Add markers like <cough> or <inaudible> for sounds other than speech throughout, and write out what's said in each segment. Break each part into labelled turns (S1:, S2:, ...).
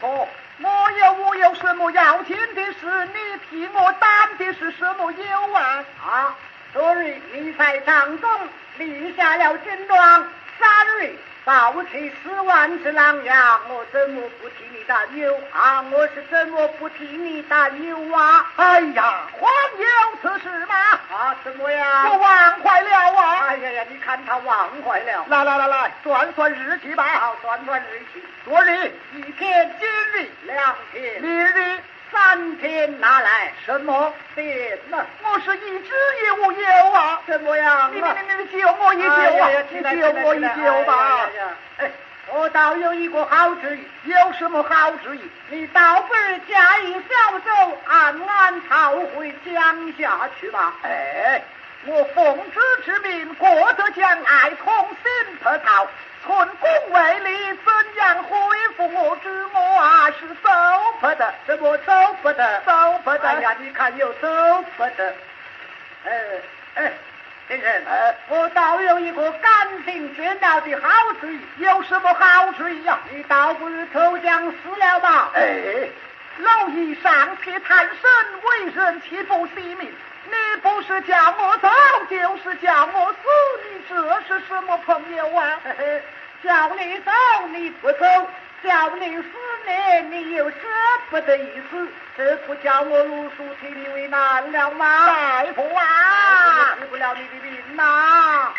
S1: 婆，我有我有什么要紧的事？你替我担的是什么忧啊？
S2: 啊，昨日你在帐中立下了真状，三日暴起十万只狼牙，我怎么不替你担忧啊？我是怎么不替你担忧啊？
S1: 哎呀，还有此事吗？
S2: 啊，怎么
S1: 我
S2: 呀？
S1: 忘怀了啊！
S2: 哎呀呀，你看他忘怀了。
S1: 来来来来，算算日期吧。
S2: 好，短短日期，
S1: 昨日、
S2: 一天、
S1: 今日、
S2: 两天、
S1: 明日，
S2: 三天拿来
S1: 什么？
S2: 天呐，
S1: 我是一只也无有啊！
S2: 怎么哎样
S1: 你你
S2: 啊？
S1: 你你救我一救啊！你救我一救吧！
S2: 哎，我倒有一个好主意，
S1: 有什么好主意？
S2: 你倒不如驾一小舟，暗暗逃回江下去吧。
S1: 哎，我奉旨之命，国德将爱同心合道，寸功为力，怎样恢复我之我啊？是走不得，
S2: 怎么走不得？
S1: 走不得！
S2: 哎呀，你看又走不得。哎哎，先生，
S1: 哎
S2: 我倒有一个干净绝妙的好主意，
S1: 有什么好主意呀、
S2: 你倒不如投江死了吧？
S1: 哎，老以上且贪生，为人岂不惜命？你不是叫我走，就是叫我死，你这是什么朋友啊？
S2: 嘿嘿，叫你走你不走，叫你死你你又舍不得一死，这不叫我如数替你为难了吗？哎
S1: 大夫啊
S2: 我！治不了你的病呐、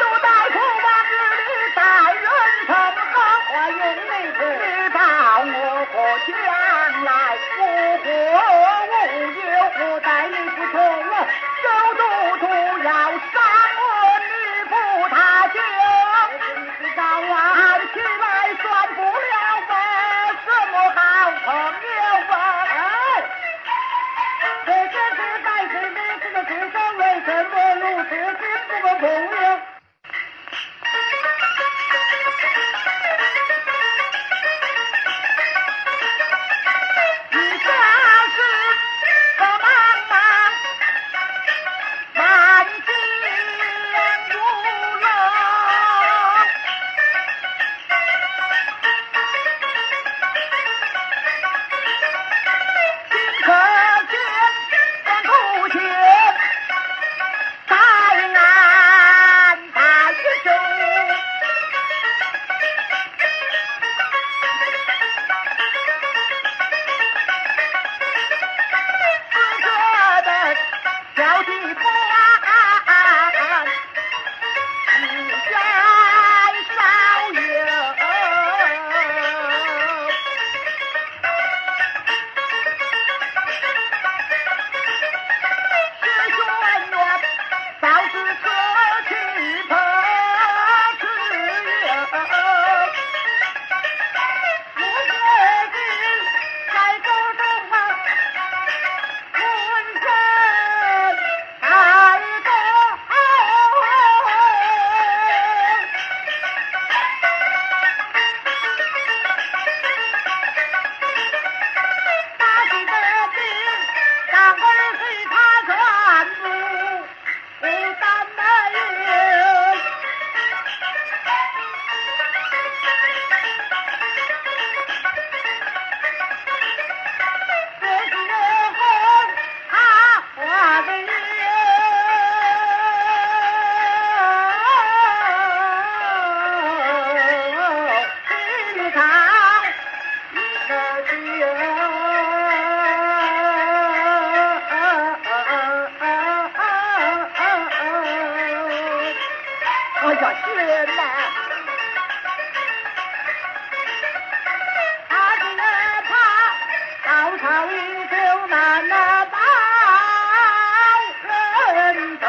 S1: 陆大夫往日里待人甚好，
S2: 花园内的
S1: 你把我过江来，无祸无忧。
S2: 我待你不同啊，
S1: 周都督要杀我，你不他救，
S2: 我跟你知道啊，
S1: 看起来算不了吧？什么好朋友啊？
S2: 哎，这个是在这边这个是在为什么路途是这个朋友？
S1: 你家是个茫茫满江如楼，今可见咱不见，在岸在中。哥哥的小地瓜，你家少有。只说我早知可去可去有。我这是在高中啊，浑身爱高。大地的兵，当官随他转不不担没有。这是红啊花的哟。绿草的哟。哎呀，天哪！他只怕高潮依旧难那到人头。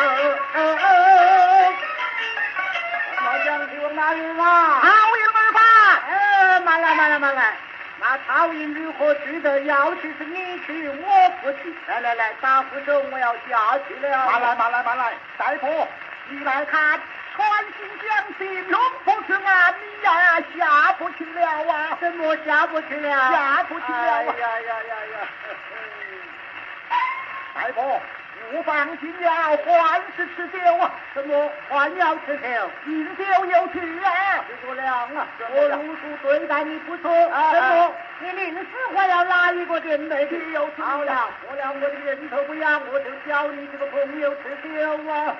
S2: 老将给我拿人啊！
S1: 好一儿吧，
S2: 哎，慢来慢来慢来，那曹营如何去的？要去是你去，我不去。来来来，大副手，我要下去了。
S1: 慢来，慢来，慢来，大夫，你来看，川西江西龙不是啊，你呀下不去了啊，
S2: 怎么下不去了？
S1: 下不去了啊
S2: 哎呀呀呀呀！
S1: <laughs> 大夫，不放心了，还是吃酒啊！
S2: 怎么还要吃酒？
S1: 饮酒有趣啊！
S2: 诸葛亮啊，
S1: 怎么
S2: 我
S1: 了
S2: 如叔对待你不错，
S1: 啊
S2: 怎么
S1: 啊
S2: 你临时还要拉一个人没去？
S1: 有趣
S2: 好了，我俩我的人头不一样，我就交你这个朋友吃酒啊！